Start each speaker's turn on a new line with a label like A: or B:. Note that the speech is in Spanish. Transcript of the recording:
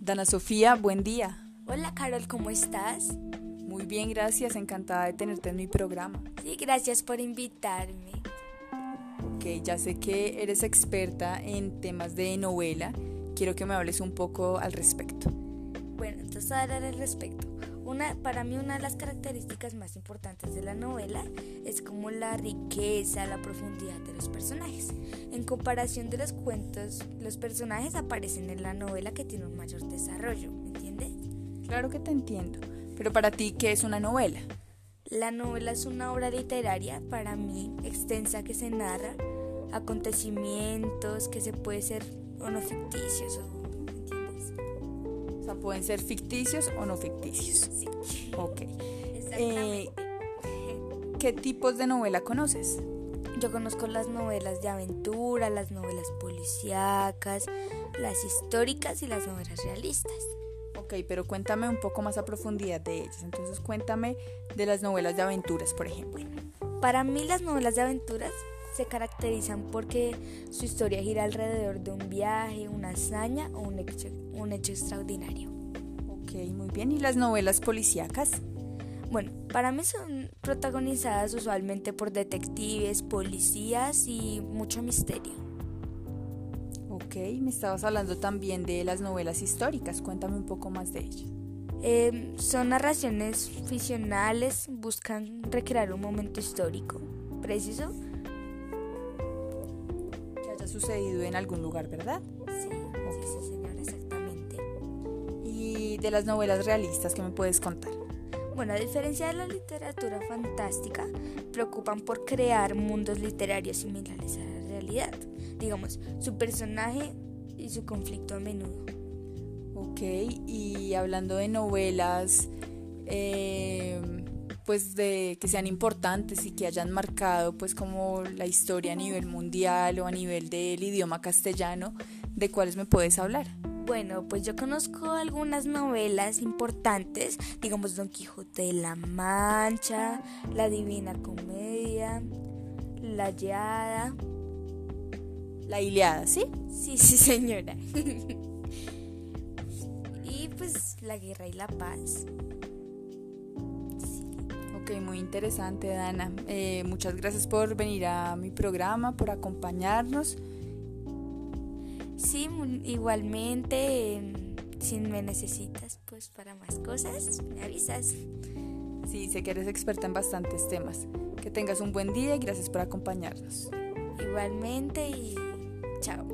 A: Dana Sofía, buen día.
B: Hola Carol, ¿cómo estás?
A: Muy bien, gracias. Encantada de tenerte en mi programa.
B: Sí, gracias por invitarme.
A: Ok, ya sé que eres experta en temas de novela. Quiero que me hables un poco al respecto.
B: Bueno, entonces ahora al respecto. Una, para mí una de las características más importantes de la novela es como la riqueza, la profundidad de los personajes. En comparación de los cuentos, los personajes aparecen en la novela que tiene un mayor desarrollo, ¿me entiendes?
A: Claro que te entiendo, pero para ti, ¿qué es una novela?
B: La novela es una obra literaria para mí extensa que se narra acontecimientos que se puede ser o no ficticios o
A: O sea, pueden ser ficticios o no ficticios.
B: Sí,
A: Ok.
B: exactamente.
A: ¿Qué tipos de novela conoces?
B: Yo conozco las novelas de aventura, las novelas policíacas, las históricas y las novelas realistas.
A: Ok, pero cuéntame un poco más a profundidad de ellas. Entonces, cuéntame de las novelas de aventuras, por ejemplo.
B: Para mí las novelas de aventuras se caracterizan porque su historia gira alrededor de un viaje, una hazaña o un hecho, un hecho extraordinario.
A: Ok, muy bien. ¿Y las novelas policíacas?
B: Bueno, para mí son protagonizadas usualmente por detectives, policías y mucho misterio.
A: Ok, me estabas hablando también de las novelas históricas. Cuéntame un poco más de ellas.
B: Eh, son narraciones ficcionales, buscan recrear un momento histórico preciso.
A: Que haya sucedido en algún lugar, ¿verdad?
B: Sí, sí, sí, señor, exactamente.
A: Y de las novelas realistas, ¿qué me puedes contar?
B: Bueno, a diferencia de la literatura fantástica, preocupan por crear mundos literarios similares a la realidad. Digamos, su personaje y su conflicto a menudo.
A: Ok, y hablando de novelas, eh, pues de que sean importantes y que hayan marcado pues como la historia a nivel mundial o a nivel del idioma castellano, ¿de cuáles me puedes hablar?
B: Bueno, pues yo conozco algunas novelas importantes, digamos Don Quijote de la Mancha, La Divina Comedia, La Yada.
A: La Iliada, ¿sí?
B: Sí, sí, señora. y pues La Guerra y la Paz.
A: Ok, muy interesante, Dana. Eh, muchas gracias por venir a mi programa, por acompañarnos.
B: Sí, mu- igualmente, em, si me necesitas pues para más cosas, me avisas.
A: Sí, sé que eres experta en bastantes temas. Que tengas un buen día y gracias por acompañarnos.
B: Igualmente y chao.